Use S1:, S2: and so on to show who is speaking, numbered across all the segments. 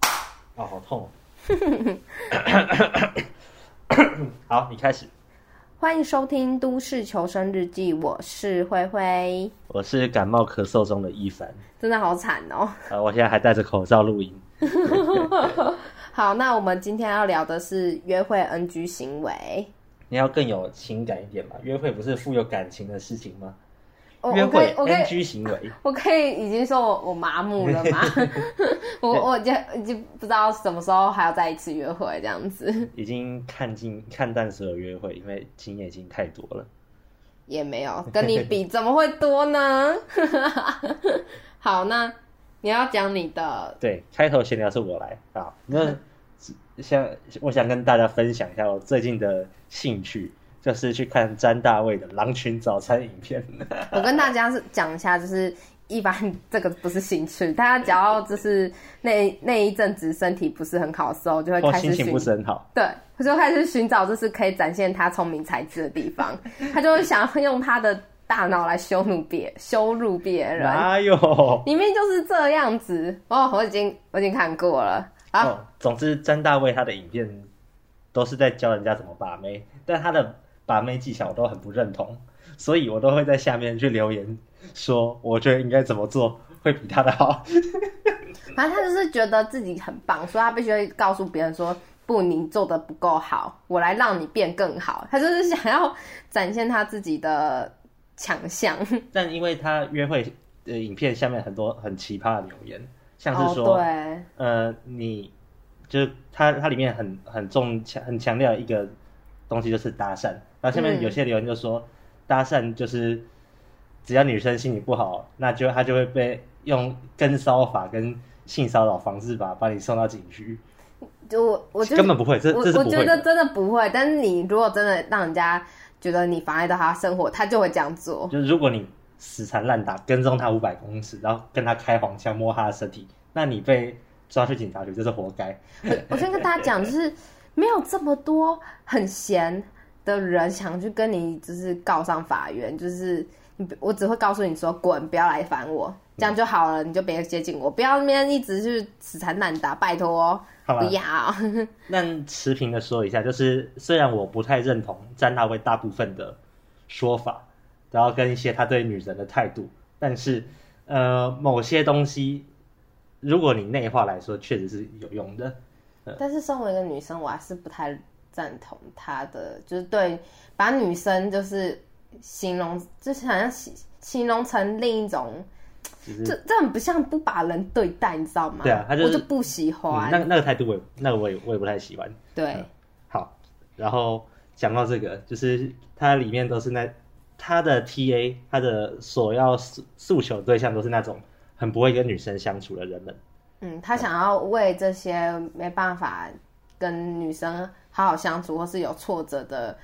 S1: 啊，好 痛、哦！好，你开始。
S2: 欢迎收听《都市求生日记》，我是灰灰，
S1: 我是感冒咳嗽中的一凡，
S2: 真的好惨哦。
S1: 呃，我现在还戴着口罩录音。
S2: 好，那我们今天要聊的是约会 NG 行为。
S1: 你要更有情感一点嘛？约会不是富有感情的事情吗？
S2: 哦我
S1: 约
S2: 我可以
S1: 会，
S2: 我可以，
S1: NG 行为，
S2: 我可以已经说我我麻木了 吗？我我就已经不知道什么时候还要再一次约会这样子，
S1: 已经看尽看淡所有约会，因为经验已经太多了。
S2: 也没有跟你 比，怎么会多呢？ 好，那你要讲你的
S1: 对，开头闲聊是我来啊。那想我想跟大家分享一下我最近的兴趣，就是去看詹大卫的《狼群早餐》影片。
S2: 我跟大家是讲一下，就是一般 这个不是兴趣，大家只要就是那那一阵子身体不是很好的时候，就会
S1: 我
S2: 开
S1: 哦心
S2: 始
S1: 情
S2: 寻
S1: 不是很好，
S2: 对，我就开始寻找就是可以展现他聪明才智的地方，他就会想要用他的大脑来羞辱别羞辱别人，
S1: 哪有？
S2: 里面就是这样子哦，我已经我已经看过了啊，
S1: 哦，总之詹大卫他的影片都是在教人家怎么把妹，但他的把妹技巧我都很不认同，所以我都会在下面去留言说，我觉得应该怎么做会比他的好。
S2: 反正他就是觉得自己很棒，所以他必须告诉别人说：“不，你做的不够好，我来让你变更好。”他就是想要展现他自己的强项。
S1: 但因为他约会的影片下面很多很奇葩的留言，像
S2: 哦
S1: 是，说，
S2: 对，
S1: 呃，你就是它它里面很很重强很强调一个东西就是搭讪，然后下面
S2: 嗯
S1: 有些留言就说、搭讪就是只要女生心情不好，那就她就会被用跟骚法跟性骚扰防治法把你送到警局，
S2: 就我我就
S1: 根本不会，这
S2: 我
S1: 这是
S2: 我
S1: 不
S2: 觉
S1: 会
S2: 得
S1: 的。
S2: 真的不会，但是你如果真的让人家觉得你妨碍到他生活，他就会这样做。
S1: 就是如果你死缠烂打跟踪他五百公尺，然后跟他开黄腔摸他的身体，那你被抓去警察局这是活该。
S2: 我先跟大家讲，就是没有这么多很闲的人想去跟你就是告上法院，就是你不我只会告诉你说滚，不要来烦我，这样就好了，你就别接近我，不要那边一直去死缠烂打，拜托哦，
S1: 好吧
S2: 不要。
S1: 那持平的说一下，就是虽然我不太认同詹大卫大部分的说法，然后跟一些他对女人的态度，但是呃，某些东西如果你内化来说，确实是有用的。
S2: 但是身为一个女生，我还是不太赞同她的，就是对把女生就是形容，就是好像形形容成另一种，
S1: 只是、
S2: 这这很不像不把人对待，你知道吗？
S1: 对啊她就是
S2: 嗯我就不喜
S1: 嗯
S2: 欢。
S1: 那那个态度我也那个我也我也不太喜欢。
S2: 对，
S1: 好，然后讲到这个，就是它里面都是那他的 TA，他的所要诉诉求对象都是那种很不会跟女生相处的人们。
S2: 嗯，他想要为这些没办法跟女生好好相处或是有挫折的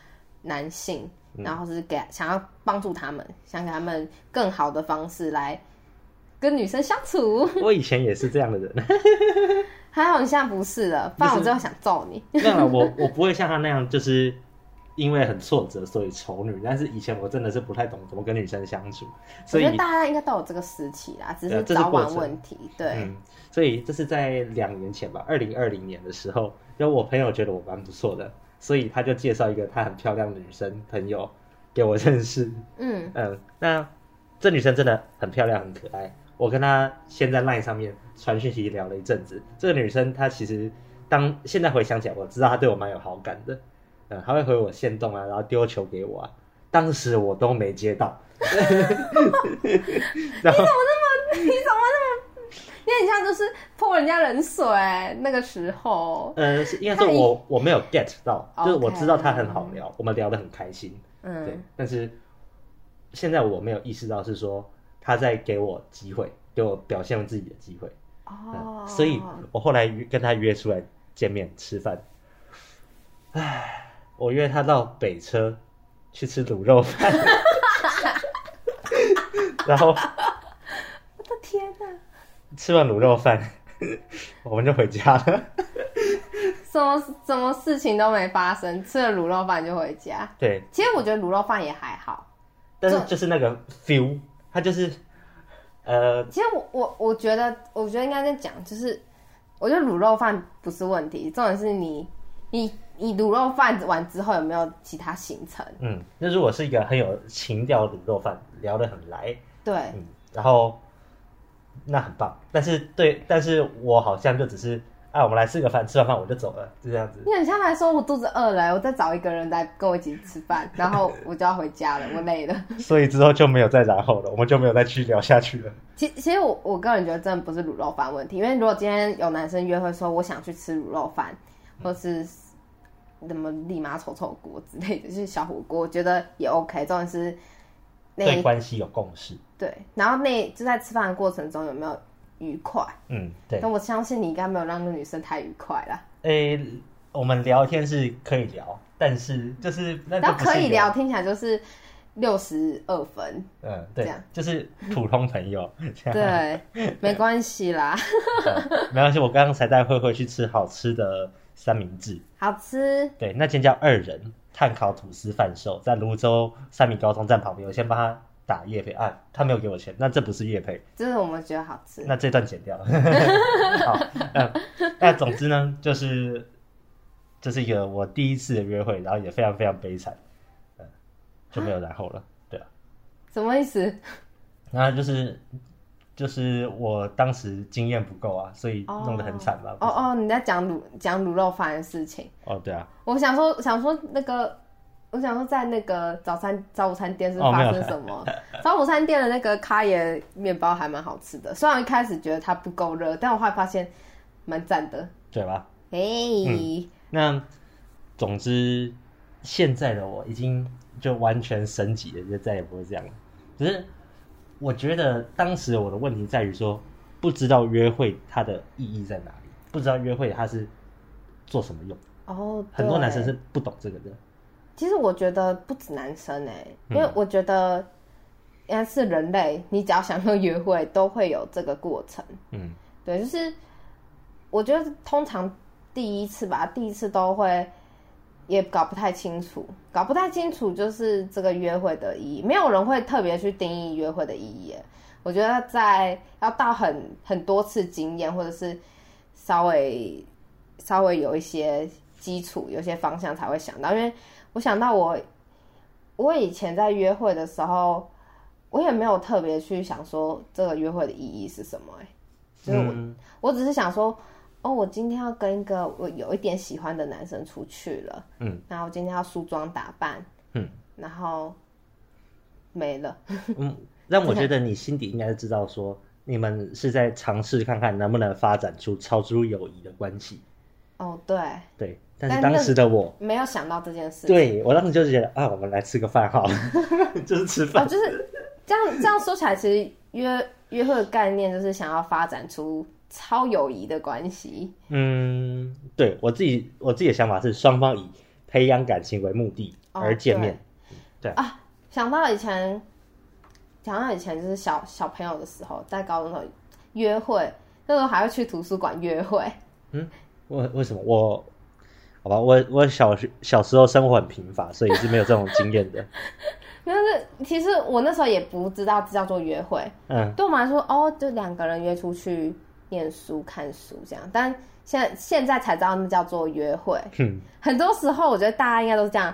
S2: 男性，
S1: 嗯
S2: 然后是给想要帮助他们，想给他们更好的方式来跟女生相处。
S1: 我以前也是这样的人。
S2: 还好你现在不是了，不然我真的想揍你。
S1: 没有啦，我我不会像他那样，就是因为很挫折所以丑女。但是以前我真的是不太懂怎么跟女生相处，
S2: 我
S1: 所以
S2: 觉得大家应该都有这个时期啦，只
S1: 对啊这是
S2: 早
S1: 过
S2: 晚
S1: 程
S2: 问题。对，
S1: 嗯，所以这是在两年前吧，二零二零年的时候，因为我朋友觉得我蛮不错的，所以他就介绍一个她很漂亮的女生朋友给我认识。
S2: 嗯，
S1: 嗯，那这女生真的很漂亮，很可爱。我跟她先在 LINE 上面传讯息聊了一阵子。这个女生她其实当现在回想起来，我知道她对我蛮有好感的。嗯，她会回我线动啊，然后丢球给我啊。当时我都没接到。然后
S2: 因为你像就是泼人家冷水、那个时候，
S1: 呃，是应该
S2: 太
S1: 是我我没有 get 到，就是我知道她很好
S2: 哦 OK
S1: 聊，我们聊得很开心。对
S2: 嗯，，
S1: 但是现在我没有意识到是说她在给我机会，给我表现自己的机会。
S2: 哦，
S1: 所以我后来约跟他约出来见面吃饭。唉，我约他到北车去吃卤肉饭， 然后
S2: 我的天哪、
S1: 吃完卤肉饭，我们就回家了。
S2: 什么什么事情都没发生，吃了卤肉饭就回家。
S1: 对，
S2: 其实我觉得卤肉饭也还好。
S1: 但是
S2: 这
S1: 就是那个 feel，他就是呃，
S2: 其实我我我觉得，我觉得应该在讲，就是我觉得卤肉饭不是问题，重点是你你你卤肉饭完之后有没有其他行程？
S1: 嗯，那如果是一个很有情调的卤肉饭，聊得很来，
S2: 对，
S1: 嗯，然后那很棒。但是对，但是我好像就只是，啊，我们来吃个饭，吃完饭我就走了，就这样 子。
S2: 你很像来说我肚子饿了，我再找一个人来跟我一起吃饭，然后我就要回家了，我累了。
S1: 所以之后就没有再然后了，我们就没有再去聊下去 了。
S2: 其其实我我个人觉得真的不是卤肉饭问题，因为如果今天有男生约会说我想去吃卤肉饭，
S1: 嗯
S2: 或是什么立马臭臭锅之类的，就是小火锅，我觉得也 OK。重点是那
S1: 对关系有共识，
S2: 对，然后那就在吃饭的过程中有没有愉快？
S1: 嗯，对。
S2: 但我相信你应该没有让那个女生太愉快啦。
S1: 诶、我们聊天是可以聊，但是就是那就
S2: 然
S1: 不
S2: 后
S1: 是
S2: 可以聊，，听起来就是六十二分，
S1: 嗯，对
S2: 这样，
S1: 就是普通朋友这样。
S2: 对，没关系啦，
S1: 嗯没关系，我刚刚才带慧慧去吃好吃的三明治，
S2: 好吃。
S1: 对，那间叫二人碳烤吐司贩售，在泸州三民高中站旁边。我先帮他打叶配啊，他没有给我钱，那这不是叶配，
S2: 就是我们觉得好吃，
S1: 那这段剪掉。 好，嗯，那总之呢，就是这是一个我第一次的约会，然后也非常非常悲惨，嗯，就没有然后了，对啊。
S2: 什么意思？
S1: 然后就是就是我当时经验不够啊，所以弄得很惨吧。
S2: 哦哦，你在讲卤讲卤肉饭的事情。
S1: 哦，对啊，
S2: 我想说，想说那个，我想说在那个早餐早午餐店是
S1: 哦没
S2: 发
S1: 有
S2: 生什么？ 早午餐店的那个咖椰面包还蛮好吃的，虽然我一开始觉得它不够热，但我后来发现蛮赞的。
S1: 对吧？
S2: 嘿、
S1: 嗯那总之，现在的我已经就完全升级了，就再也不会这样了。只是我觉得当时我的问题在于说，不知道约会它的意义在哪里，不知道约会它是做什么用。
S2: 哦，
S1: 很多男生
S2: 对
S1: 是不懂这个的。
S2: 其实我觉得不止男生哎、
S1: 嗯
S2: 因为我觉得应该是人类，你只要想要约会，都会有这个过程。
S1: 嗯
S2: 对，就是我觉得通常第一次吧，第一次都会也搞不太清楚，搞不太清楚就是这个约会的意义，没有人会特别去定义约会的意义耶。我觉得在要到很很多次经验，或者是稍微稍微有一些基础、有一些方向才会想到，因为我想到我我以前在约会的时候，我也没有特别去想说这个约会的意义是什么耶，就是我
S1: 嗯
S2: 我只是想说，哦，我今天要跟一个我有一点喜欢的男生出去了，
S1: 嗯
S2: 然后我今天要梳妆打扮，
S1: 嗯
S2: 然后没了。
S1: 嗯，让我觉得你心底应该是知道说，你们是在尝试看看能不能发展出超出友谊的关系。
S2: 哦，对，
S1: 对，但是
S2: 但
S1: 当
S2: 那
S1: 时的我。
S2: 没有想到这件事。
S1: 对我当时就是觉得啊，我们来吃个饭好， 就是吃
S2: 哦，
S1: 饭。
S2: 就是这样，这样说起来，其实约约会的概念就是想要发展出超友谊的关系。
S1: 嗯，对我自己我自己的想法是，双方以培养感情为目的
S2: 哦
S1: 而见面。
S2: 想到以前，想到以前就是小小朋友的时候，在高中的时候约会，那时候还会去图书馆约会。
S1: 为为什么我？好吧，我我小学小时候生活很贫乏，所以是没有这种经验 的。
S2: 但是啊其实我那时候也不知道这叫做约会，
S1: 嗯，
S2: 对我们来说，哦，就两个人约出去念书、看书这样。但现在现在才知道那叫做约会。
S1: 哼，
S2: 很多时候，我觉得大家应该都是这样。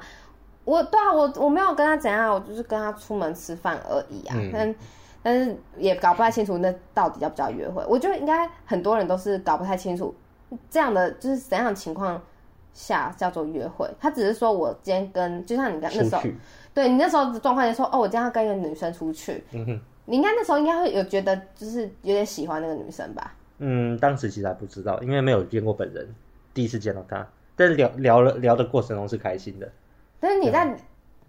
S2: 我对啊，我我没有跟他怎样，我就是跟他出门吃饭而已啊。
S1: 嗯
S2: 但但是也搞不太清楚那到底叫不叫约会。我觉得应该很多人都是搞不太清楚这样的就是怎样的情况下叫做约会。他只是说我今天跟就像你刚那时
S1: 出
S2: 候，
S1: 去，
S2: 对你那时候的状况，就说哦，我今天要跟一个女生出去，
S1: 嗯哼，
S2: 你应该那时候应该会有觉得，就是有点喜欢那个女生吧？
S1: 嗯，当时其实还不知道，因为没有见过本人，第一次见到他，但是聊聊了聊的过程中是开心的。
S2: 但是你在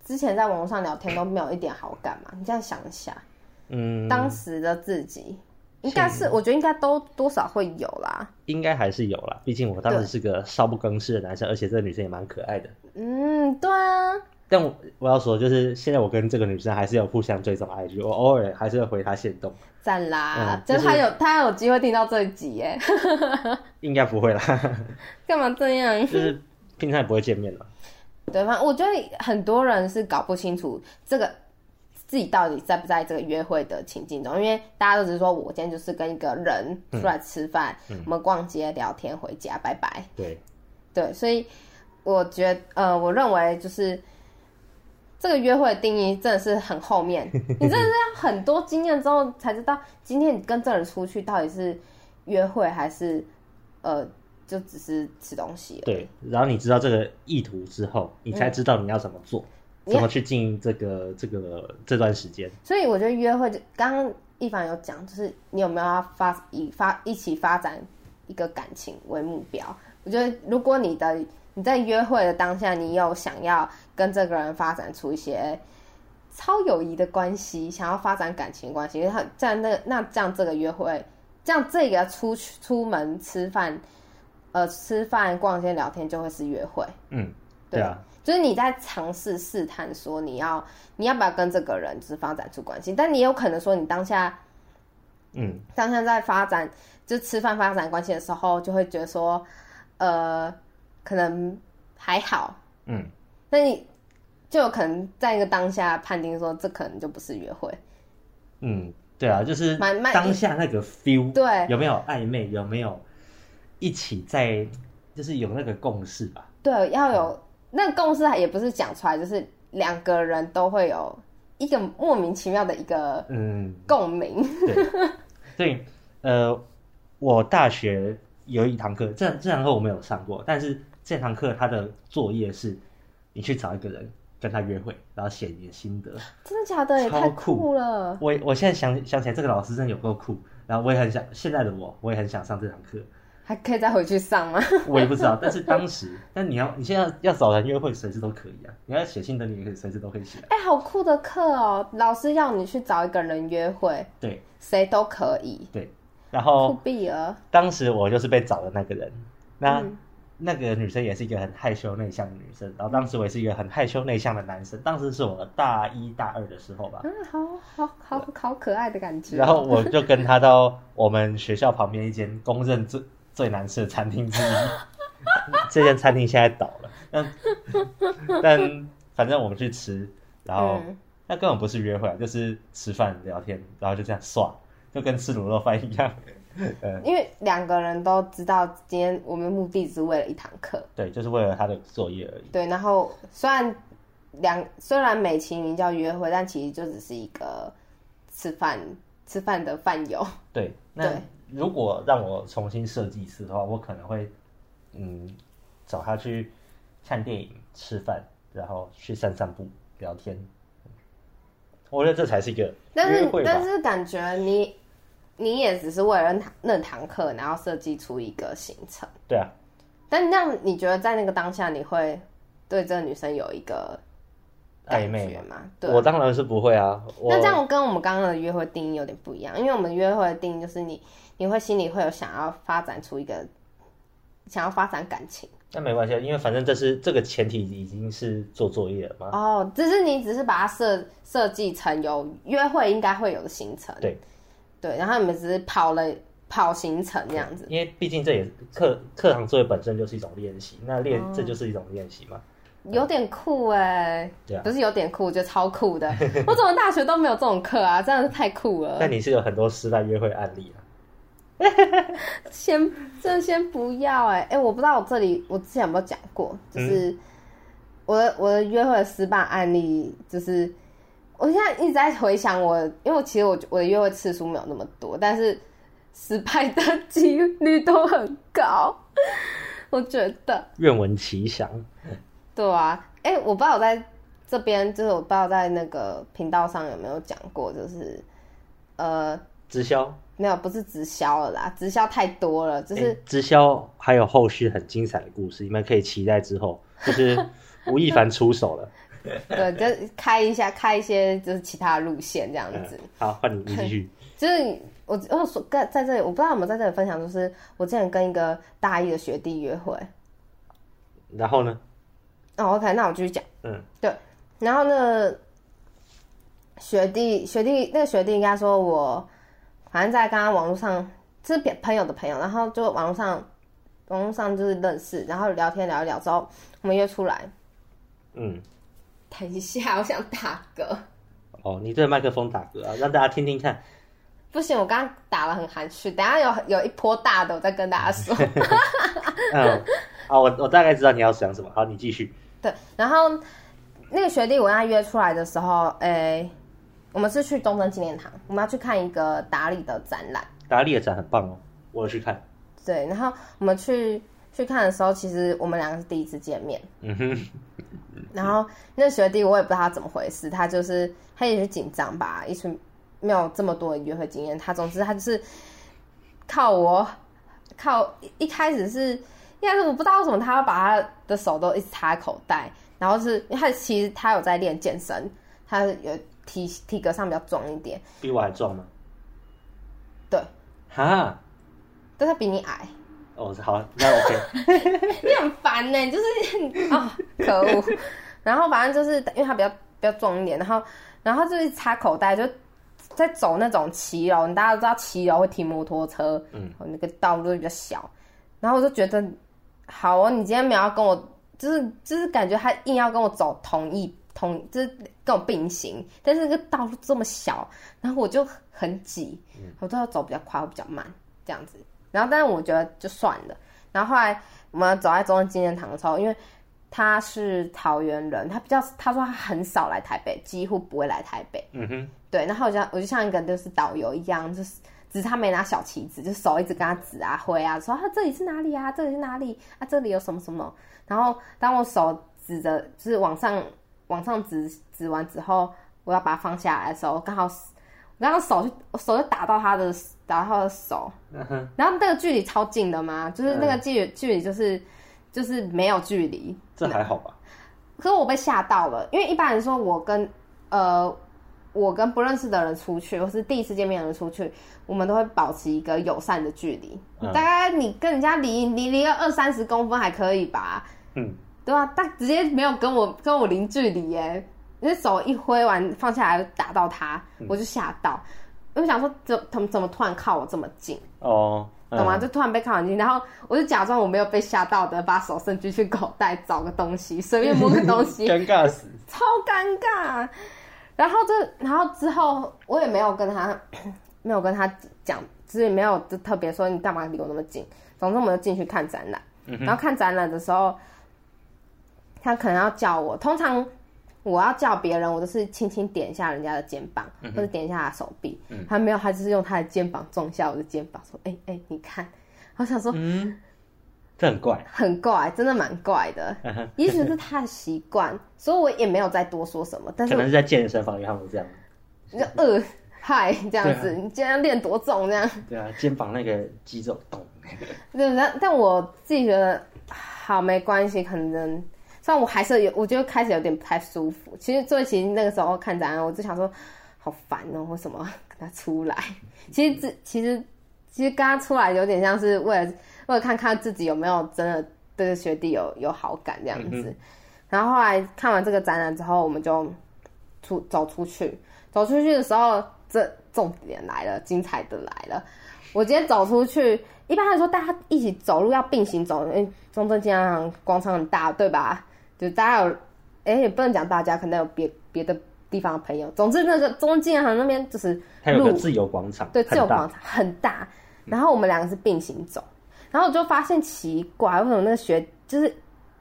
S2: 之前在网络上聊天都没有一点好感嘛？你这样想一下，
S1: 嗯，
S2: 当时的自己应该是，我觉得应该都多少会有啦。
S1: 应该还是有啦，毕竟我当时是个少不更事的男生，而且这个女生也蛮可爱的。
S2: 嗯，对啊，
S1: 但我我要说，就是现在我跟这个女生还是有互相追踪 IG，我偶尔还是会回她线动，
S2: 赞啦！
S1: 嗯就
S2: 就是是他有他有机会听到这一集耶，
S1: 应该不会啦，
S2: 干嘛这样？
S1: 就是平常也不会见面了。
S2: 对，反正我觉得很多人是搞不清楚这个自己到底在不在这个约会的情境中，因为大家都只是说我今天就是跟一个人出来吃饭，我们逛街、聊天、回家，拜拜。
S1: 对，
S2: 对，所以我觉呃，我认为就是这个约会的定义真的是很后面，你真的是要很多经验之后才知道，今天你跟这个人出去到底是约会还是呃，就只是吃东西而已。
S1: 对，然后你知道这个意图之后，你才知道你要怎么做，
S2: 你
S1: 怎么去经营这个这个这段时间。
S2: 所以我觉得约会就刚刚一凡有讲，就是你有没有要发以发一起发展一个感情为目标？我觉得如果你的你在约会的当下，你有想要跟这个人发展出一些超友谊的关系，想要发展感情关系，他这样那那这样这个约会，这样这个出去出门吃饭，呃，吃饭、逛街、聊天就会是约会。
S1: 嗯，对啊，
S2: 就是你在尝试试探说你要你要不要跟这个人就是发展出关系，但你有可能说你当下
S1: 嗯，
S2: 当下在发展就吃饭发展关系的时候，就会觉得说，呃，可能还好，
S1: 嗯，
S2: 那你就有可能在一个当下判定说这可能就不是约会，
S1: 嗯，对啊，就是
S2: 蛮蛮
S1: 当下那个 feel，
S2: 对
S1: 有没有暧昧，有没有一起在，就是有那个共识吧？
S2: 对，要有那个共识也不是讲出来，就是两个人都会有一个莫名其妙的一个
S1: 嗯，
S2: 共鸣，
S1: 对，所以呃，我大学有一堂课，这这堂课我没有上过，但是这堂课它的作业是，你去找一个人跟他约会，然后写你的心得。
S2: 真的假的？也太
S1: 超酷
S2: 酷了。
S1: 我我现在想想起来，这个老师真的有够酷，然后我也很想，现在的我我也很想上这堂课，
S2: 还可以再回去上吗？
S1: 我也不知道，但是当时， 但你要你现在要找人约会，随时都可以啊，你要写信的你也可以随时都可以写啊、
S2: 哎、好酷的课哦！老师要你去找一个人约会，
S1: 对
S2: 谁都可以。
S1: 对，然
S2: 酷
S1: 后
S2: 毙了！
S1: 当时我就是被找的那个人，那、
S2: 嗯
S1: 那个女生也是一个很害羞内向的女生，然后当时我也是一个很害羞内向的男生，当时是我大一大二的时候吧
S2: 啊，，好好好好可爱的感觉。哦
S1: 然后我就跟她到我们学校旁边一间公认最最难吃的餐厅之一，这间餐厅现在倒了，但 但反正我们去吃，然后。
S2: 嗯，
S1: 那根本不是约会啊，就是吃饭聊天，然后就这样耍，就跟吃卤肉饭一样。呃，
S2: 因为两个人都知道，今天我们目的是为了一堂课。
S1: 对，就是为了他的作业而已。
S2: 对，然后虽然两虽然美其名叫约会，但其实就只是一个吃饭吃饭的饭友。
S1: 对，那
S2: 对
S1: 如果让我重新设计一次的话，我可能会嗯找他去看电影、吃饭，然后去散散步、聊天。我觉得这才是一个
S2: 但
S1: 约
S2: 是
S1: 会吧
S2: 但。是感觉你你也只是为了那堂那堂课，然后设计出一个行程。
S1: 对啊，
S2: 但那样你觉得在那个当下，你会对这个女生有一个
S1: 暧
S2: 感
S1: 昧
S2: 觉
S1: 嘛。
S2: 吗？对。啊
S1: 我当然是不会啊。我
S2: 那这样跟我们刚刚的约会定义有点不一样，因为我们约会的定义就是你你会心里会有想要发展出一个想要发展感情
S1: 那没关系啊，因为反正这是这个前提已经是做作业了嘛。
S2: 哦，只是你只是把它设设计成有约会应该会有的行程，
S1: 对
S2: 对，然后你们只是跑了跑行程这样子，
S1: 因为毕竟这也是课课堂作业本身就是一种练习，那练、
S2: 哦
S1: 这就是一种练习嘛。
S2: 有点酷哎、
S1: 对啊
S2: 不是有点酷，就超酷的。我怎么大学都没有这种课啊？真的是太酷了
S1: 但。你是有很多失败约会案例啊，
S2: 先，这先不要哎、欸、哎、我不知道我这里我之前有没有讲过，就是我的我的约会的失败案例，就是我现在一直在回想我，因为我其实我我的约会次数没有那么多，但是失败的几率都很高，我觉得。
S1: 愿闻其详。
S2: 对啊，哎、我不知道我在这边，就是我不知道在那个频道上有没有讲过，就是呃，
S1: 直销，
S2: 没有，不是直销了啦，直销太多了，就是、
S1: 诶直销还有后续很精彩的故事，你们可以期待之后，就是吴亦凡出手了。
S2: 对，就是开一下，开一些就是其他路线 这样子。
S1: 嗯、好，换你，你继续。
S2: 嗯就是我我说在在这里，我不知道有没有在这里分享，就是我之前跟一个大一的学弟约会。
S1: 然后呢？
S2: 哦，OK，那我继续讲。
S1: 嗯，
S2: 对，然后呢，学弟学弟那个学弟应该说我，反正在刚刚网络上是朋朋友的朋友，然后就网络上网络上就是认识，然后聊天聊一聊之后，我们约出来。
S1: 嗯，
S2: 等一下，我想打嗝。
S1: 哦，你对麦克风打嗝啊，让大家听听看。
S2: 不行，我刚刚打了很含蓄，等一下有有一波大的，我再跟大家说。
S1: 嗯， 啊，我我大概知道你要想什么。好，你继续。
S2: 对，然后那个学弟我跟他约出来的时候，诶、我们是去东森纪念堂，我们要去看一个打理的展览。
S1: 达利的展很棒哦，我有去看。
S2: 对，然后我们去去看的时候，其实我们两个是第一次见面。
S1: 嗯哼，
S2: 然后那学弟我也不知道他怎么回事，他就是他也是紧张吧，一直没有这么多的约会经验。他总之他就是靠我，靠一开始是，一开始我不知道为什么他要把他的手都一直插口袋，然后是因为他其实他有在练健身，他有体体格上比较壮一点，
S1: 比我还壮吗？
S2: 对，
S1: 哈，
S2: 但他比你矮，
S1: 哦，好，那 OK。
S2: 你很烦呢、就是啊、可恶。然后反正就是因为他比较比较重一点，然后然后就是插口袋，就在走那种骑楼，你大家都知道骑楼会停摩托车，哦
S1: 嗯，
S2: 那个道路就比较小。然后我就觉得，好哦，你今天没有要跟我，就是就是感觉他硬要跟我走同一同，就是跟我并行，但是那个道路这么小，然后我就很挤，我都要走比较快，我比较慢这样子。然后但是我觉得就算了。然后后来我们走在中正纪念堂的时候，因为他是桃园人，他比较他说他很少来台北，几乎不会来台北。
S1: 嗯哼，
S2: 对，然后我就我就像一个就是导游一样，就是只是他没拿小旗子，就手一直跟他指啊挥啊，说啊这里是哪里啊，这里是哪里啊，这里有什么什么。然后当我手指着就是往上往上指指完之后，我要把它放下来的时候，刚好我刚刚手就我手就打到他的打到他的手，
S1: 嗯哼，嗯
S2: 然后那个距离超近的嘛，就是那个距距离就是就是没有距离，
S1: 这还好吧？
S2: 可是我被吓到了，因为一般人说我跟呃我跟不认识的人出去，或是第一次见面的人出去，我们都会保持一个友善的距离，
S1: 嗯
S2: 大概你跟人家离离离个二三十公分还可以吧，
S1: 嗯，
S2: 对啊，但直接没有跟我跟我零距离耶，那手一挥完放下来就打到他，
S1: 嗯
S2: 我就吓到，我想说怎怎么怎么突然靠我这么近。
S1: 哦，嗯
S2: 懂吗？？就突然被靠很近，然后我就假装我没有被吓到的，把手伸进去口袋找个东西，随便摸个东西，
S1: 尴尬死。
S2: 超尴尬。然后这，然后之后我也没有跟他， 没有跟他讲，就是没有就特别说你干嘛离我那么近。总之我们就进去看展览，
S1: 嗯
S2: 然后看展览的时候，他可能要叫我，通常我要叫别人，我都是轻轻点一下人家的肩膀，
S1: 嗯
S2: 或者点一下他的手臂。他没有，他就是用他的肩膀撞一下我的肩膀，说：“哎、哎、你看。”我想说
S1: 嗯，这很怪。
S2: 很怪，真的蛮怪的。
S1: 嗯哼
S2: 也许是他的习惯，所以我也没有再多说什么。但是
S1: 可
S2: 我
S1: 能是在健身房里他们这样。
S2: 你就呃嗨这样子，
S1: 对
S2: 你今天要练多重这样？
S1: 对啊，肩膀那个肌肉咚。
S2: 对，但但我自己觉得好没关系，可能虽然我还是有，我觉得开始有点不太舒服。其实最其实那个时候看展览，我就想说好烦哦、为什么跟他出来？其实自其实其实跟他出来有点像是为了为了看看自己有没有真的对这学弟有有好感这样子。然后后来看完这个展览之后，我们就出走出去，走出去的时候，这重点来了，精彩的来了。我今天走出去，一般来说大家一起走路要并行走，因为中正纪念堂广场很大，对吧？就大家有，哎、也不能讲大家，可能有别别的地方的朋友。总之，那个中正纪念堂那边就是
S1: 它有个
S2: 路
S1: 自由广场，
S2: 对，
S1: 很
S2: 自由
S1: 大嗯
S2: 广场很大，然后我们两个是并行走，然后我就发现奇怪，为什么那个学就是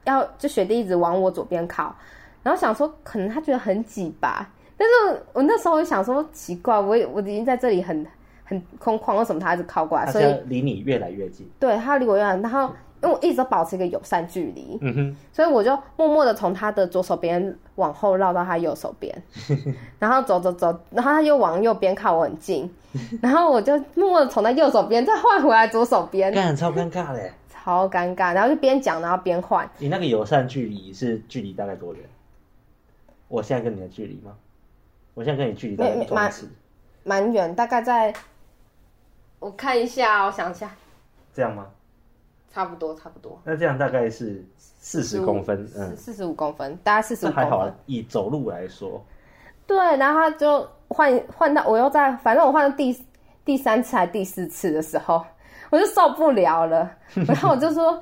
S2: 要就学弟一直往我左边靠，然后想说可能他觉得很挤吧，但是我那时候想说奇怪，我也我已经在这里很很空旷，为什么他一直靠过来？
S1: 它
S2: 所
S1: 是要
S2: 以
S1: 离你越来越近。
S2: 对他离我远，然后因为我一直都保持一个友善距离，
S1: 嗯哼，
S2: 所以我就默默的从他的左手边往后绕到他右手 边，然后走走走，然后他又往右边靠我很近，然后我就默默的从他右手边再换回来左手边，
S1: 干超尴尬的。
S2: 超尴尬。然后就边讲然后边换，
S1: 你那个友善距离是距离大概多远？我现在跟你的距离吗？我现在跟你距离大概
S2: 没没
S1: 多少
S2: 蛮
S1: 尺？
S2: 蛮远，大概在，我看一下，我想一下，
S1: 这样吗？
S2: 差不多差不多，
S1: 那这样大概是四十公分，嗯，
S2: 四十五公分，大概四十
S1: 这
S2: 五
S1: 还
S2: 公
S1: 好
S2: 分
S1: 啊。。以走路来说，
S2: 对，然后他就换换到我又在，反正我换到第第三次还第四次的时候， 我就受不了了， 然后我就说，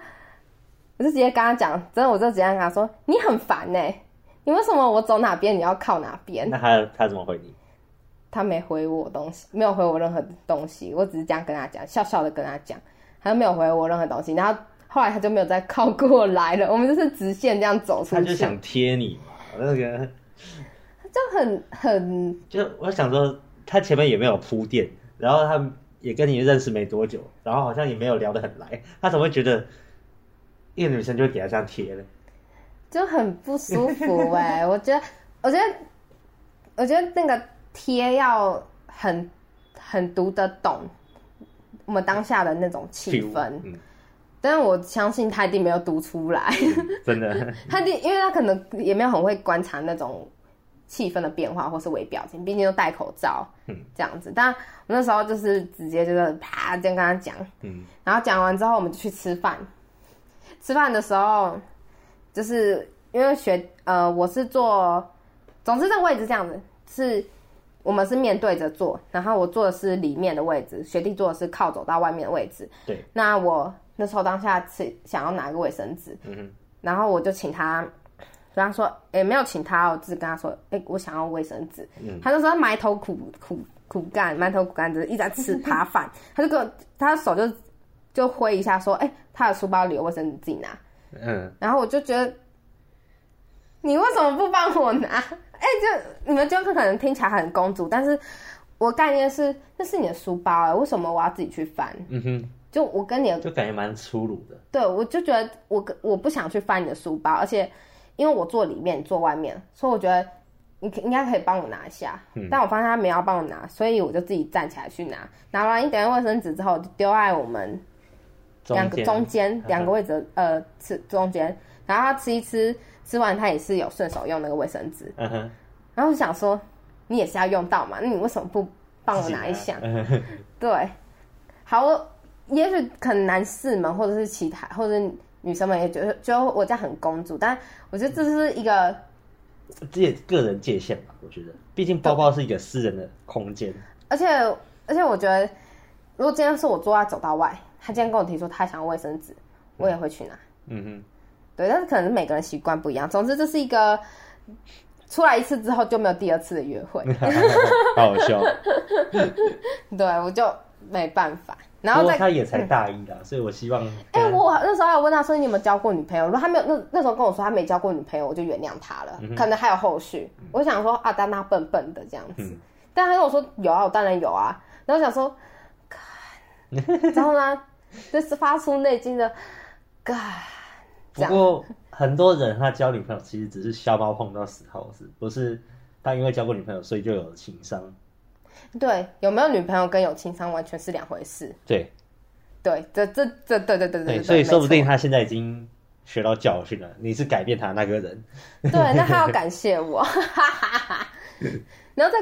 S2: 我就直接跟他讲，真的，我就直接跟他说，你很烦呢、欸你为什么我走哪边你要靠哪边？
S1: 那他他怎么回你？
S2: 他没回我东西，没有回我任何东西，我只是这样跟他讲，笑笑的跟他讲，他就没有回我任何东西。然后后来他就没有再靠过来了，我们就是直线这样走出
S1: 他
S2: 去，
S1: 就想贴你嘛，那个
S2: 就很很
S1: 就我想说，他前面也没有铺垫，然后他也跟你认识没多久，然后好像也没有聊得很来，他怎么会觉得一个女生就会给他这样贴呢？
S2: 就很不舒服哎、我觉得，我觉得，我觉得那个贴要很很读得懂我们当下的那种气
S1: Feel，
S2: 氛，
S1: 嗯，
S2: 但我相信他一定没有读出来。
S1: 嗯真的，
S2: 他的，因为他可能也没有很会观察那种气氛的变化或是微表情，毕竟都戴口罩，
S1: 嗯
S2: 这样子。但我那时候就是直接就是啪这样跟他讲，
S1: 嗯，
S2: 然后讲完之后我们就去吃饭。吃饭的时候，就是因为学呃我是坐，总之这个位置这样子是。我们是面对着坐，然后我坐的是里面的位置，学弟坐的是靠走到外面的位置。
S1: 对，
S2: 那我那时候当下吃想要拿个卫生纸，
S1: 嗯哼，
S2: 然后我就请他，跟他说，诶，没有请他哦，我只是跟他说，诶，我想要卫生纸。
S1: 嗯
S2: 他就说他埋头苦苦苦干，埋头苦干，就是一直在吃扒饭。他就跟我，他手就就挥一下说，诶，他的书包里有卫生纸，自己拿。
S1: 嗯，
S2: 然后我就觉得，你为什么不帮我拿？ 哎、就你们就可能听起来很公主，但是我概念是那是你的书包、啊诶为什么我要自己去翻？
S1: 嗯哼，
S2: 就我跟你的
S1: 就感觉蛮粗鲁的，
S2: 对，我就觉得我跟我不想去翻你的书包，而且因为我坐里面，你坐外面，所以我觉得你可应该可以帮我拿一下。
S1: 嗯
S2: 但我发现他没有要帮我拿，所以我就自己站起来去拿。拿完一叠卫生纸之后，我就丢在我们两
S1: 中
S2: 个
S1: 间，嗯
S2: 中间两个位置，呃，吃中间。然后他吃一吃，吃完他也是有顺手用那个卫生纸。
S1: 嗯哼，
S2: 然后我想说，你也是要用到嘛，那你为什么不帮我
S1: 自己
S2: 拿一下？
S1: 嗯哼
S2: 对，好，我也许可能男士们或者是其他或者是女生们也觉得觉得我这样很公主，但我觉得这是一个
S1: 这也个人界限吧，我觉得，毕竟包包是一个私人的空间，
S2: 而且而且我觉得，如果今天是我坐在走道外，他今天跟我提出他想要卫生纸，我也会去拿。
S1: 嗯哼，
S2: 对，但是可能是每个人习惯不一样。总之，这是一个出来一次之后就没有第二次的约会。
S1: 好好笑。
S2: 对，我就没办法。 然
S1: 不
S2: 后
S1: 过
S2: 再
S1: 他也才大一啦，所以我希望，
S2: 哎、我那时候还有问他说你有没有交过女朋友，如果他没有，那那时候跟我说他没交过女朋友，我就原谅他了，
S1: 嗯
S2: 可能还有后续。我想说啊，但他笨笨的这样子，
S1: 嗯
S2: 但他跟我说有啊，我当然有啊。然后想 说，干然后呢，就是发出内心的干，
S1: 不
S2: 这样
S1: 过很多人他交女朋友其实只是瞎猫碰到死耗子，不是他因为交过女朋友所以就有了情商。
S2: 对，有没有女朋友跟有情商完全是两回事。
S1: 对哎
S2: 对，这这这对对对对，
S1: 所以说不定
S2: 没
S1: 他现在已经学到教训了。你是改变他那个人，
S2: 错对，那他要感谢我，然后再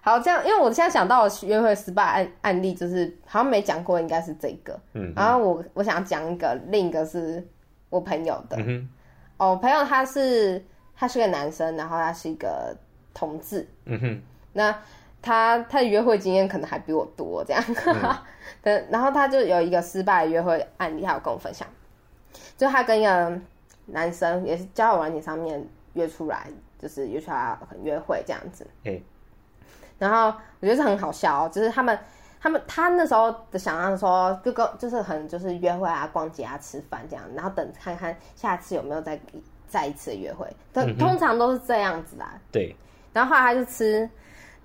S2: 好这样，因为我现在想到的约会失败案案例，就是好像没讲过，应该是这个。
S1: 嗯
S2: 然后我我想讲一个，另一个是我朋友的。
S1: 嗯哼，
S2: 哦，我朋友他是他是个男生，然后他是一个同志。
S1: 嗯哼，
S2: 那他他的约会经验可能还比我多，这样。 对，然后他就有一个失败的约会案例，他有跟我分享，就他跟一个男生也是交友软件上面约出来，就是约出来可能约会这样子。
S1: 哎，
S2: 然后我觉得这很好笑哦，就是他们他们他那时候的想象说，就跟就是很就是约会啊、逛街啊、吃饭这样，然后等看看下次有没有再再一次的约会，但通常都是这样子啦。
S1: 对，
S2: 然后后来他就吃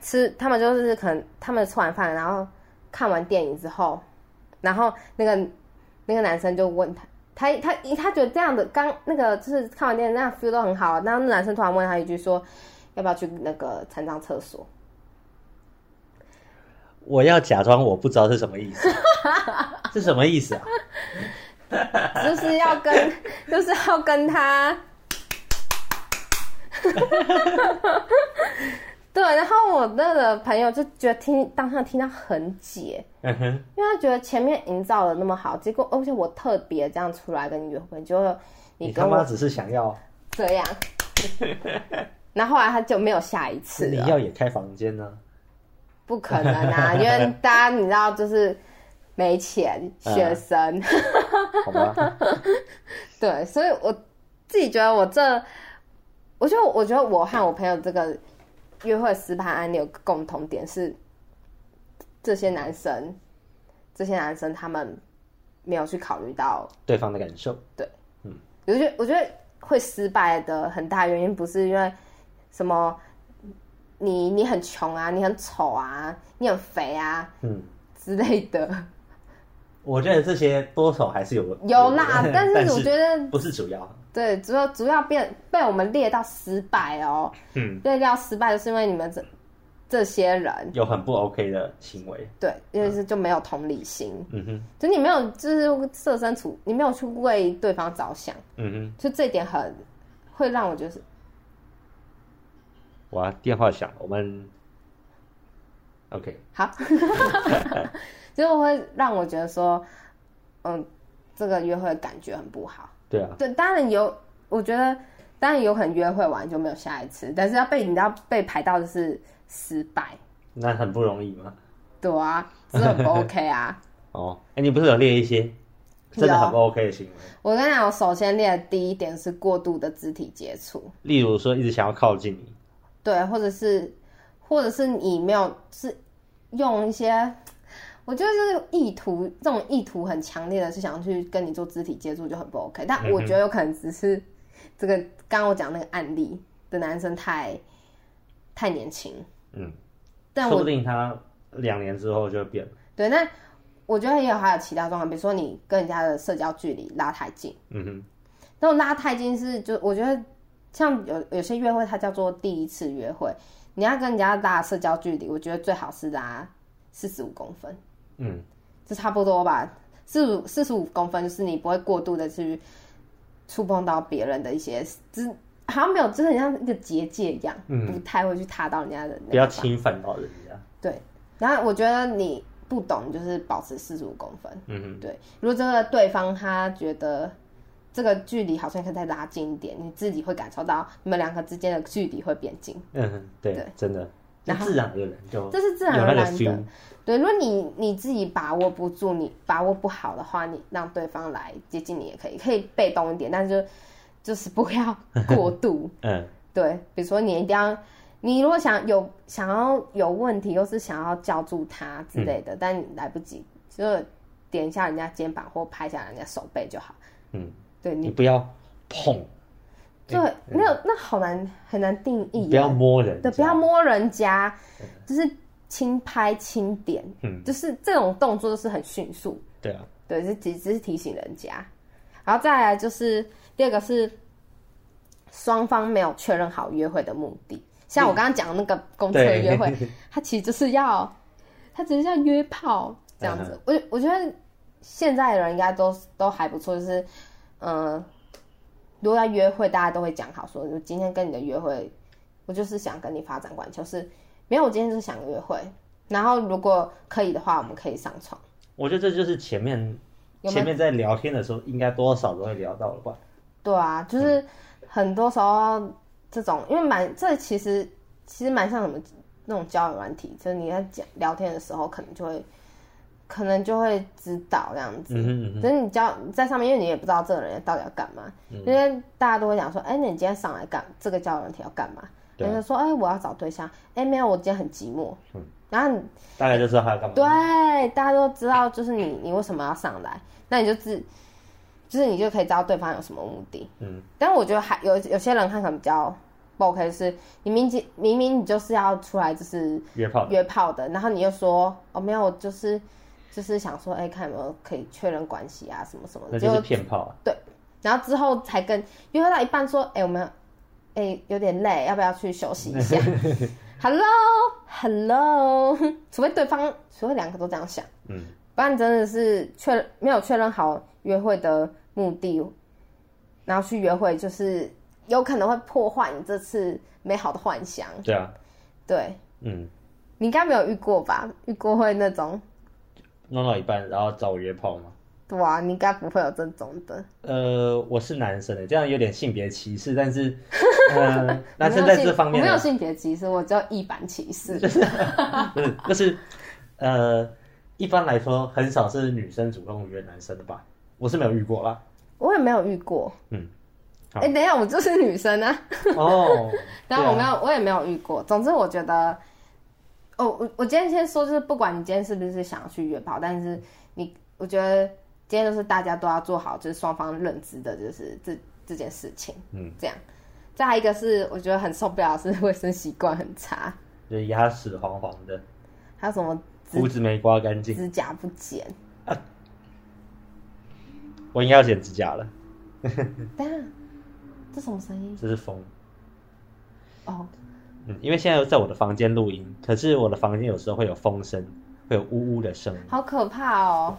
S2: 吃，他们就是可能他们吃完饭，然后看完电影之后，然后那个那个男生就问他。他他他觉得这样的刚那个就是看完电影那样 feel 都很好，然后那男生突然问他一句说，要不要去那个残障厕所？
S1: 我要假装我不知道是什么意思， 是什么意思啊？
S2: 就是要跟， 就是要跟他。 对，然后我那个朋友就觉得听当下听到很解，
S1: 嗯哼，
S2: 因为他觉得前面营造的那么好，结果而且我特别这样出来跟你约会，结果你
S1: 你他
S2: 跟
S1: 妈
S2: 我
S1: 只是想要，
S2: 这 样，然后后来他就没有下一次
S1: 你
S2: 了，
S1: 要也开房间呢、
S2: 不可能啊，因为大家你知道就是没钱，学 生，
S1: 嗯
S2: 啊
S1: 好吧？
S2: 对，所以我自己觉得我这我觉得，我觉得我和我朋友这个约会失败案例有个共同点是，这些男生，这些男生他们没有去考虑到
S1: 对方的感受。
S2: 我觉得我觉得会失败的很大原因不是因为什么你你很穷啊，你很丑啊，你很肥啊
S1: 嗯，
S2: 之类的，
S1: 我觉得这些多少还是有。
S2: 有啦 但
S1: 但
S2: 是我觉得
S1: 不是主要。
S2: 对，主要主要变被我们列到失败哦，
S1: 嗯，
S2: 列到失败就是因为你们这这些人
S1: 有很不 OK 的行为。
S2: 对，因为是就没有同理心，
S1: 嗯哼，
S2: 就你没有就是设身处，你没有去为对方着想，
S1: 嗯哼，
S2: 就这一点很会让我觉得是
S1: 哇，电话响，我们 OK，
S2: 好， 就会让我觉得说，嗯，这个约会感觉很不好。
S1: 对啊，
S2: 对，当然有，我觉得当然有可能约会完就没有下一次，但是要被你知道被排到就是失败，
S1: 那很不容易嘛。
S2: 对啊，这很不 OK 啊。
S1: 哦，哎，你不是有列一些真的很不 OK 的行为，
S2: 我跟你讲，我首先列的第一点是过度的肢体接触，
S1: 例如说一直想要靠近你，
S2: 对，或者是或者是你没有是用一些。我觉得就是意图，这种意图很强烈的是想去跟你做肢体接触就很不 OK，但我觉得有可能只是这个刚刚我讲那个案例的男生太太年轻，
S1: 嗯，
S2: 但
S1: 说
S2: 我
S1: 不定他两年之后就变了。
S2: 对，那我觉得也有还有其他状况，比如说你跟人家的社交距离拉太近，
S1: 嗯哼，
S2: 那种拉太近是就我觉得像有有些约会它叫做第一次约会，你要跟人家拉社交距离，我觉得最好是拉四十五公分，
S1: 嗯，
S2: 这差不多吧，四五四十五公分就是你不会过度的去触碰到别人的一些，只好像没有，就是很像一个结界一样，
S1: 嗯
S2: 不太会去踏到人家的那个
S1: 不要
S2: 地方
S1: 侵犯到人家。
S2: 对，然后我觉得你不懂，你就是保持四十五公分。
S1: 嗯哼，
S2: 对，如果这个对方他觉得这个距离好像可以再拉近一点，你自己会感受到你们两个之间的距离会变近，
S1: 嗯哼，对，
S2: 对
S1: 真的，就
S2: 然后
S1: 自然而然就
S2: 这是自然
S1: 哦有
S2: 而
S1: 那个
S2: 然的
S1: feel。。
S2: 对，如果你你自己把握不住，你把握不好的话，你让对方来接近你也可以，可以被动一点，但是就就是不要过度。
S1: 嗯，
S2: 对，比如说你一定要，你如果想有想要有问题，又是想要叫住他之类
S1: 嗯
S2: 的，但你来不及，就点一下人家肩膀或拍一下人家手背就好。
S1: 嗯，
S2: 对
S1: 你
S2: 你，
S1: 不要碰，
S2: 对，那那好难很难定义
S1: 不要
S2: 耶
S1: 摸人，
S2: 对，不要。摸人家，就是轻拍轻点，
S1: 嗯，
S2: 就是这种动作都是很迅速，
S1: 对啊，
S2: 对，是只只是提醒人家。然后再来就是第二个是双方没有确认好约会的目的，像我刚刚讲的那个公车
S1: 对
S2: 约会， 它其实就是要，它只是要约炮这样子。我我觉得现在的人应该都都还不错，就是嗯、呃如果要约会，大家都会讲好说，今天跟你的约会，我就是想跟你发展关系，就是没有，我今天就是想约会。然后如果可以的话，我们可以上床。
S1: 我觉得这就是前面
S2: 有没有
S1: 前面在聊天的时候，应该多少都会聊到的吧。
S2: 对啊，
S1: 嗯
S2: 就是很多时候这种，因为蛮这其实其实蛮像什么那种交友软体，就是你在讲聊天的时候，可能就会可能就会知道这样子。
S1: 嗯哼嗯嗯哼，
S2: 就是你交在上面，因为你也不知道这个人到底要干嘛，因为大家都会讲说，哎、那你今天上来干这个交友软体要干嘛？
S1: 对啊
S2: 然后就说，哎、我要找对象，哎、没有，我今天很寂寞。
S1: 嗯
S2: 然后你
S1: 大概就知道他要干嘛。
S2: 对，啊大家都知道，就是你你为什么要上来，那你就自就是你就可以知道对方有什么目的。
S1: 嗯，
S2: 但我觉得还有有些人看可能比较不 OK，就是你明明明明你就是要出来就是
S1: 约炮的。
S2: 约炮的，然后你又说哦没有，我就是就是想说哎、看有没有可以确认关系啊什么什么
S1: 那
S2: 的，
S1: 就是
S2: 就
S1: 骗炮啊！
S2: 然后之后才跟约会到一半说哎、我们哎、有点累，要不要去休息 一下？Hello Hello，除非对方除非两个都这样想，
S1: 嗯，
S2: 不然真的是确没有确认好约会的目的，然后去约会，就是有可能会破坏你这次美好的幻想。
S1: 对啊，
S2: 对
S1: 嗯，
S2: 你应该没有遇过吧？遇过会那种，
S1: 弄到一半然后找我约炮吗？
S2: 对啊，你应该不会有这种的。
S1: 呃，我是男生的，这样有点性别歧视，但是， 呃，男生
S2: 我没
S1: 在
S2: 有性
S1: 这方面
S2: 我没有
S1: 呢，
S2: 性别歧视，我只有一般歧视。
S1: 不是，就是，呃，一般来说很少 是女生主动约男生的吧？我是没有遇过啦，
S2: 我也没有遇过，
S1: 嗯好
S2: 哎、等一下，我就是女生啊，
S1: 哦，
S2: 但我
S1: 对
S2: 没
S1: 啊
S2: 有，我也没有遇过。总之，我觉得，哦，我我今天先说，就是不管你今天是不是想要去约炮，但是你，我觉得今天就是大家都要做好，就是双方认知的，就是这这件事情，
S1: 嗯，
S2: 这样。再来一个是，我觉得很受不了的是卫生习惯很差，
S1: 就是牙齿黄黄的，
S2: 还有什么指
S1: 胡子没刮干净，
S2: 指甲不剪。
S1: 我应该要剪指甲了，嗯
S2: 等一下，这什么声音？
S1: 这是风。
S2: 哦，
S1: 嗯，因为现在在我的房间录音，可是我的房间有时候会有风声，会有呜呜的声音。
S2: 好可怕哦！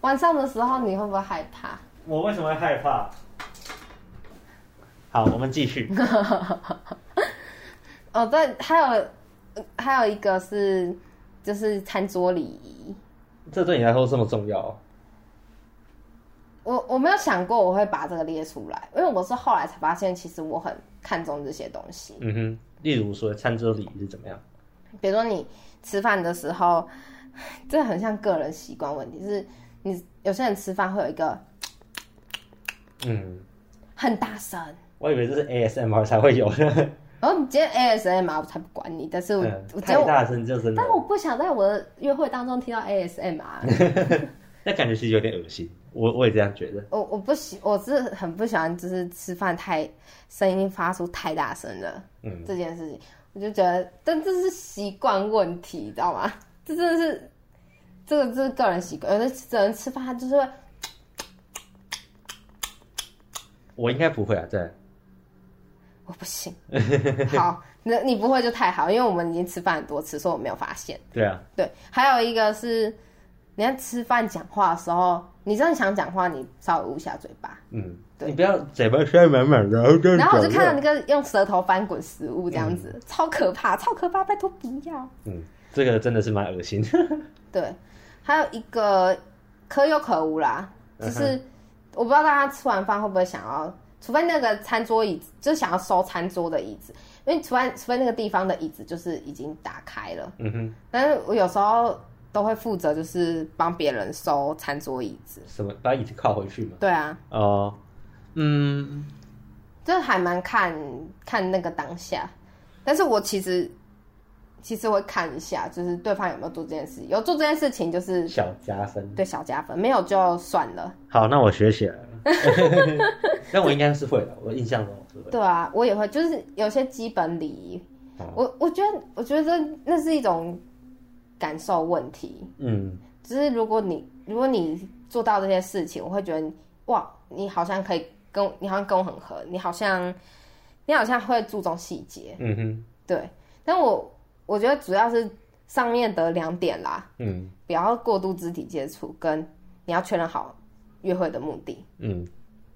S2: 晚上的时候你会不会害怕？
S1: 我为什么会害怕？好，我们继 续。
S2: 哦，对，还有呃还有一个是就是餐桌礼仪，
S1: 这对你来说这么重要哦、
S2: 我我没有想过我会把这个列出来，因为我是后来才发现，其实我很看重这些东西。
S1: 嗯哼，例如说餐桌礼仪是怎么样？
S2: 比如说你吃饭的时候，这很像个人习惯问题，是你有些人吃饭会有一个
S1: 嗯，
S2: 很大声，
S1: 我以为这是 ASMR 才会有的，
S2: 然后你今天 ASMR 我才不管你，但是我、
S1: 嗯
S2: 我今天
S1: 太
S2: 我
S1: 大声就真的
S2: 但，我不想在我的约会当中听到 ASMR，
S1: 那感觉是有点恶心。我我也这样觉得。
S2: 我我不喜，我是很不喜欢，就是吃饭太声音发出太大声了、
S1: 嗯，
S2: 这件事情，我就觉得，但这是习惯问题，你知道吗？这真的是，这个这是个人习惯，有的人吃饭他就是会，
S1: 我应该不会啊，对，
S2: 我不行，好，那你不会就太好，因为我们已经吃饭很多次，所以我没有发现。
S1: 对啊，
S2: 对，还有一个是，你在吃饭讲话的时候，你真的想讲话，你稍微捂一下嘴巴，
S1: 嗯，
S2: 对
S1: 你不要嘴巴塞满满的，然后
S2: 然后我就看到
S1: 你，
S2: 那个用舌头翻滚食物这样子，超可怕，超可怕，拜托不要。
S1: 嗯，这个真的是蛮恶心。
S2: 对，还有一个可有可无啦，就
S1: 嗯哼
S2: 是我不知道大家吃完饭会不会想要，除非那个餐桌椅子，就是想要收餐桌的椅子，因为除非除非那个地方的椅子就是已经打开了，
S1: 嗯哼，
S2: 但是我有时候都会负责就是帮别人收餐桌椅子。
S1: 什么把椅子靠回去嘛？
S2: 对啊，
S1: 哦，嗯，
S2: 这还蛮看看那个当下，但是我其实其实会看一下，就是对方有没有做这件事，有做这件事情就是
S1: 小加分。
S2: 对小加分，没有就算了。
S1: 好，那我学起来了。 但我应该是会的，我印象中我是会。
S2: 对啊，我也会，就是有些基本礼仪，
S1: 哦
S2: 我我觉得我觉得那是一种感受问题，
S1: 嗯，
S2: 就是如果你如果你做到这些事情，我会觉得哇，你好像可以跟我你好像跟我很合，你好像你好像会注重细节，
S1: 嗯哼，
S2: 对，但我我觉得主要是上面的两点啦，
S1: 嗯
S2: 不要过度肢体接触，跟你要确认好约会的目的。
S1: 嗯，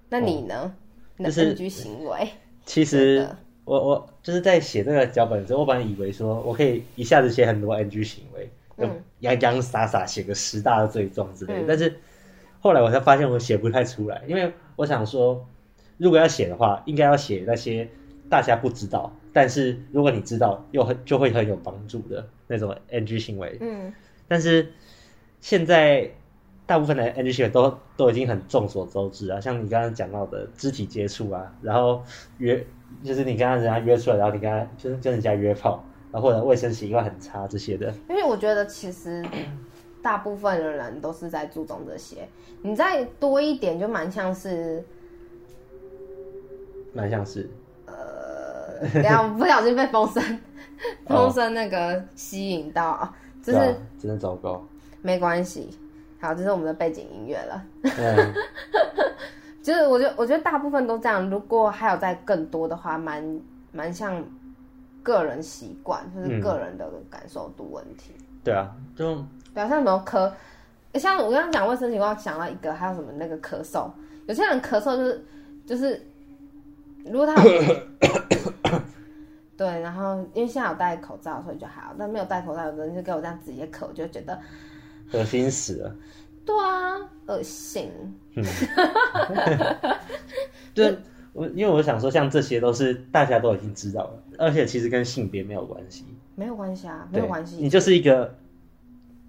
S2: 那你呢？你的
S1: 就是
S2: NG 行为？
S1: 其实
S2: 真的
S1: 我我就是在写这个脚本之后，我本来以为说我可以一下子写很多 NG 行为，就洋洋洒洒写个十大罪状之类的，
S2: 嗯
S1: 但是后来我才发现我写不太出来，因为我想说，如果要写的话，应该要写那些大家不知道，但是如果你知道，又很就会很有帮助的那种 NG 行为。
S2: 嗯，
S1: 但是现在大部分的 NG 学都都已经很众所周知啊，像你刚刚讲到的肢体接触啊，然后约就是你跟他人家约出来，然后你跟他就是跟人家约炮，然后或者卫生习惯很差这些的，
S2: 因为我觉得其实大部分的人都是在注重这些，你再多一点就蛮 像是。
S1: 蛮像是
S2: 呃，等一下我不小心被风声，
S1: 哦
S2: 风声那个吸引到，啊，就
S1: 对
S2: 是
S1: 啊真的糟糕。
S2: 没关系。好，这是我们的背景音乐了。
S1: 嗯，
S2: 就是我觉得，我觉得大部分都这样。如果还有再更多的话，蛮蛮像个人习惯，就是
S1: 嗯
S2: 个人的感受度问题。
S1: 对啊，就
S2: 对啊，像什么咳，像我刚刚讲卫生情况，想到一个，还有什么那个咳嗽，有些人咳嗽就是就是，如 果他有对，然后因为现在有戴口罩，所以就还好。但没有戴口罩，有的人就给我这样直接咳，我就觉得
S1: 恶心死了。
S2: 对啊，恶心。
S1: 就是我因为我想说，像这些都是大家都已经知道了，而且其实跟性别没有关系。
S2: 没有关系啊，没
S1: 对，
S2: 有关系。
S1: 你就是一个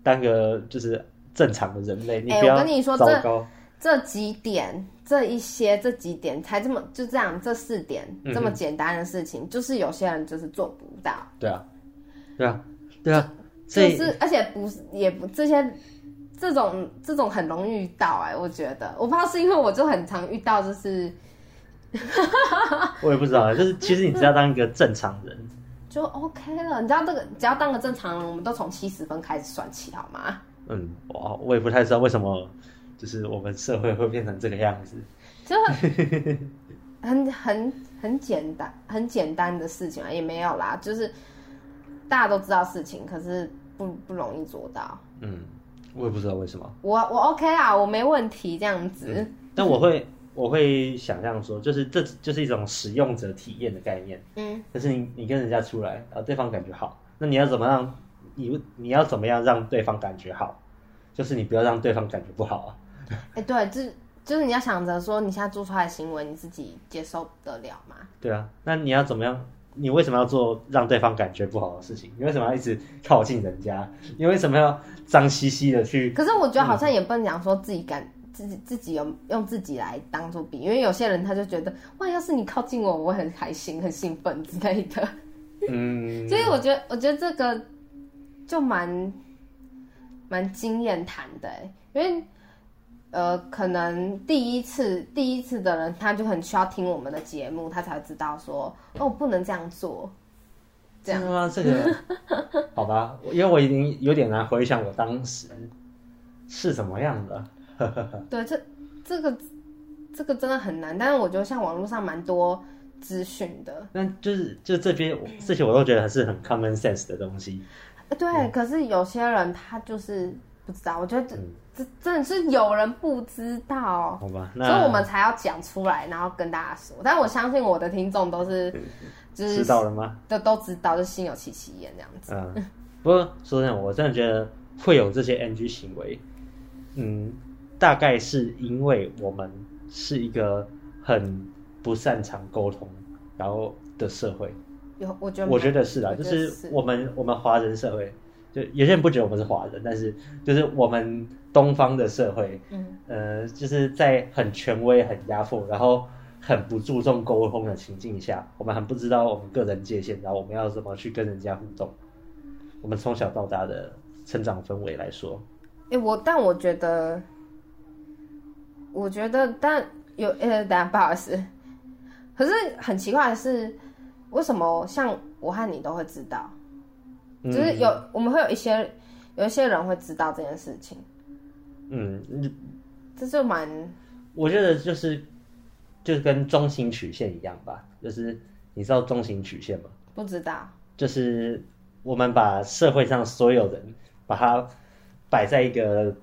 S1: 当个就是正常的人类，你
S2: 哎
S1: 不要
S2: 我跟你说
S1: 糟
S2: 这
S1: 糕，
S2: 这几点、这一些、这几点才这么就这样，这四点
S1: 嗯哼
S2: 这么简单的事情，就是有些人就是做不到，
S1: 对啊，对啊，对啊，所
S2: 就
S1: 以
S2: 是而且不是也不这些这种这种很容易遇到哎、我觉得我不知道是因为我就很常遇到，就是
S1: 我也不知道啊，就是其实你只要当一个正常人，
S2: 就 OK 了，你知道这个只要当个正常人，我们都从七十分开始算起好吗？
S1: 嗯，我我也不太知道为什么，就是我们社会会变成这个样子。
S2: 就很 很很很简单很简单的事情啊，也没有啦，就是大家都知道事情，可是不不容易做到。
S1: 嗯，我也不知道为什么，
S2: 我我 OK 啊，我没问题这样子。
S1: 但我会我会想象说，就是这就是一种使用者体验的概念。
S2: 嗯，
S1: 但是你你跟人家出来，然后对方感觉好，那你要怎么让你你要怎么样让对方感觉好？就是你不要让对方感觉不好啊。
S2: 哎、对，就是就是你要想着说，你现在做出来的行为，你自己接受得了吗？
S1: 对啊，那你要怎么样？你为什么要做让对方感觉不好的事情？你为什么要一直靠近人家？你为什么要脏兮兮的去？
S2: 可是我觉得好像也不能讲说自己感。自己自己用用自己来当做比，因为有些人他就觉得哇，要是你靠近我，我会很开心、很兴奋之类的。
S1: 嗯，
S2: 所以我觉得，我觉得这个就蛮蛮经验谈的欸，因为呃，可能第一次第一次的人，他就很需要听我们的节目，他才会知道说哦，不能这样做。这
S1: 真
S2: 样
S1: 的吗？啊这 个好吧，因为我已经有点难回想我当时是怎么样的。嗯
S2: 对，这这个这个真的很难，但是我觉得像网络上蛮多资讯的，
S1: 但就是就这边这些我都觉得还是很 common sense 的东西。
S2: 呃对，可是有些人他就是不知道，我觉得这、
S1: 嗯
S2: 这真的是有人不知道。
S1: 好吧，
S2: 所
S1: 那
S2: 以我们才要讲出来，然后跟大家说。但我相信我的听众都是，就是
S1: 嗯知道了吗？
S2: 都都知道，就心有戚戚焉这样子。
S1: 嗯，不过说真的，我真的觉得会有这些 NG 行为，嗯，大概是因为我们是一个很不擅长沟通，然后的社会。
S2: 有，我觉得，
S1: 我觉得是啦，
S2: 我
S1: 就
S2: 觉得
S1: 是
S2: 是
S1: 我们我们华人社会，就有些人不觉得我们是华人，但是就是我们东方的社会，
S2: 嗯，
S1: 呃，就是在很权威、很压迫，然后很不注重沟通的情境下，我们很不知道我们个人界限，然后我们要怎么去跟人家互动。我们从小到大的成长氛围来说，
S2: 哎、我但我觉得，我觉得，但有，呃，等下不好意思。可是很奇怪的是，为什么像我和你都会知道？
S1: 嗯
S2: 就是有我们会有一些有一些人会知道这件事情，
S1: 嗯，
S2: 这就蛮
S1: 我觉得就是就是跟中型曲线一样吧，就是你知道中型曲线吗？
S2: 不知道。
S1: 就是我们把社会上所有人把它摆在一个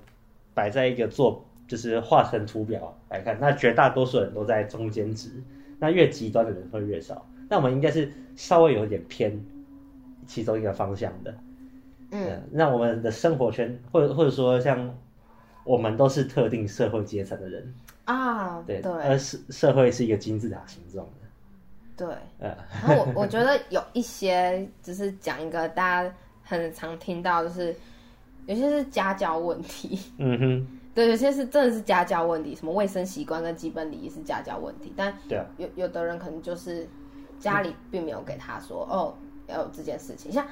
S1: 摆在一个做，就是画成图表来看，那绝大多数人都在中间值，那越极端的人会越少。那我们应该是稍微有一点偏其中一个方向的，
S2: 嗯，
S1: 嗯，那我们的生活圈，或者或者说像我们都是特定社会阶层的人，
S2: 啊，
S1: 对，
S2: 对
S1: 而社社会是一个金字塔形状
S2: 对
S1: 的，呃，
S2: 然后我我觉得有一些就是讲一个大家很常听到，就是有些是家教问题，
S1: 嗯哼，
S2: 对，有些是真的是家教问题，什么卫生习惯跟基本礼仪是家教问题，但
S1: 对啊，
S2: 有有的人可能就是家里并没有给他说哦要有这件事情，像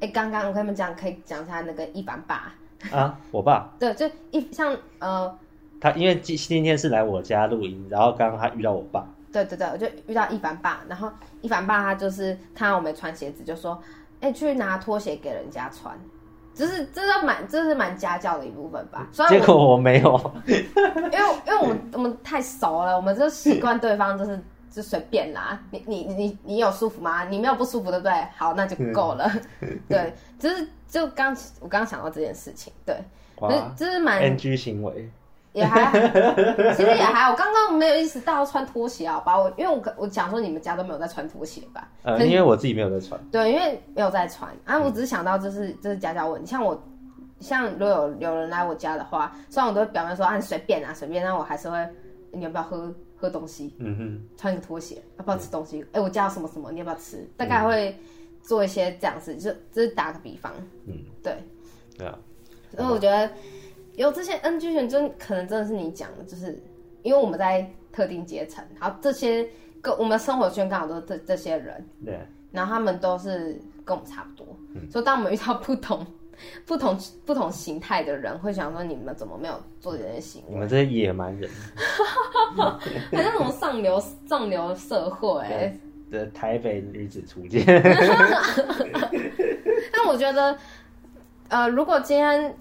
S2: 哎刚刚我跟你们讲可以讲一下那个一凡爸，
S1: 啊，我爸。
S2: 对，就一像呃
S1: 他因为今今天是来我家录音，然后刚刚他遇到我爸，
S2: 对对对，我就遇到一凡爸，然后一凡爸他就是看到我没穿鞋子，就说：“哎、去拿拖鞋给人家穿。”就是这是蛮这是蛮家教的一部分吧。虽然
S1: 嗯结
S2: 我
S1: 果我没 有，
S2: 因为因为我们我们太熟了，我们就习惯对方就是就随便啦。你你你你有舒服吗？你没有不舒服对不对？好，那就够了。
S1: 嗯
S2: 对，就是就刚我刚想到这件事情，对，就是
S1: 哇哎
S2: 就是蛮
S1: ，NG 行为，
S2: 也还，其实也还好。我刚刚没有意识到要穿拖鞋，好吧？我因为我我想说你们家都没有在穿拖鞋吧？
S1: 呃，
S2: 可是
S1: 因为我自己没有在穿，
S2: 对，因为没有在穿
S1: 嗯
S2: 啊。我只是想到就是就是家教问题，像我像如果有有人来我家的话，虽然我都会表面说啊你随便啊随便，但我还是会你要不要喝喝东西，
S1: 嗯哼，
S2: 穿个拖鞋，要不要吃东西？哎、我家有什么什么，你要不要吃？大
S1: 嗯
S2: 概会做一些这样子，就就是打个比方，
S1: 嗯，
S2: 对。
S1: 对啊，
S2: 所以我觉得有这些 NG 选，真可能真的是你讲的，就是因为我们在特定阶层，然后这些跟我们生活圈刚好都是这这些人，
S1: 对，啊
S2: 然后他们都是跟我们差不多，所以当我们遇到不同、不同、不同形态的人，会想说你们怎么没有做这些行
S1: 你
S2: 为？
S1: 们这些野蛮人，
S2: 好像那种上流上流社会、
S1: 对的台北女子图鉴，
S2: 但我觉得，呃，如果今天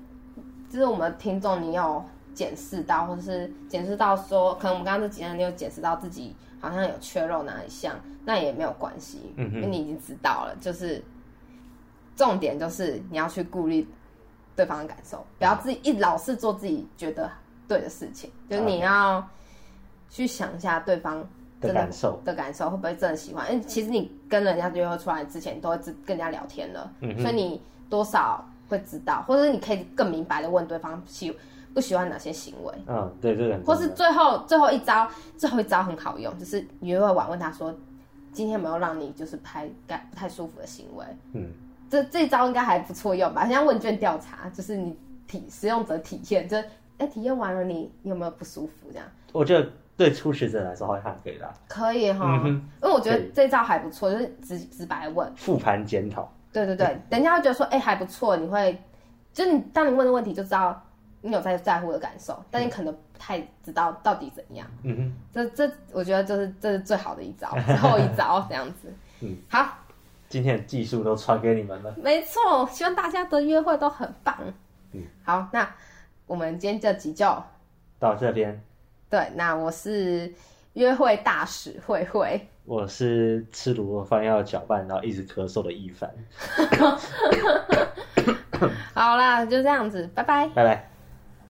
S2: 就是我们听众，你有检视到，或者是检视到说，可能我们刚刚这几天你有检视到自己好像有缺漏哪一项，那也没有关系，
S1: 嗯哼
S2: 因为你已经知道了。就是重点就是你要去顾虑对方的感受，不要自己一老是做自己觉得对的事情，就是你
S1: 啊
S2: 要去想一下对方
S1: 的
S2: 真的
S1: 感受，
S2: 的感受，会不会真的喜欢？因为其实你跟人家约会出来之前，你都会知跟人家聊天了，
S1: 嗯
S2: 所以你多少会知道，或者是你可以更明白的问对方喜不喜欢哪些行为，
S1: 嗯，对，这个很重
S2: 或
S1: 要
S2: 是最后最后一招，最后一招很好用，就是你约会完问他说，今天有没有让你就是拍感不太舒服的行为？
S1: 嗯，
S2: 这这一招应该还不错用吧？像问卷调查，就是你体使用者体验，就是哎体验完了你你有没有不舒服这样？
S1: 我觉得对初学者来说好像还可以啦，
S2: 可以哈
S1: 嗯，哼
S2: 因为我觉得
S1: 可以
S2: 这招还不错，就是直直白问。
S1: 复盘检讨，
S2: 对对对，人家会觉得说，哎、还不错，你会，就是你当你问的问题就知道你有在在乎的感受，但你可能不太知道到底怎样。
S1: 嗯哼，
S2: 这这，我觉得就是这是最好的一招，最后一招这样子。
S1: 嗯，
S2: 好，
S1: 今天的技术都传给你们了，
S2: 没错，希望大家的约会都很棒。
S1: 嗯，
S2: 好，那我们今天这集就
S1: 到这边，
S2: 对，那我是约会大使慧慧，
S1: 我是吃卤肉饭要搅拌，然后一直咳嗽的一凡，
S2: 好啦，就这样子，拜拜。
S1: 拜拜。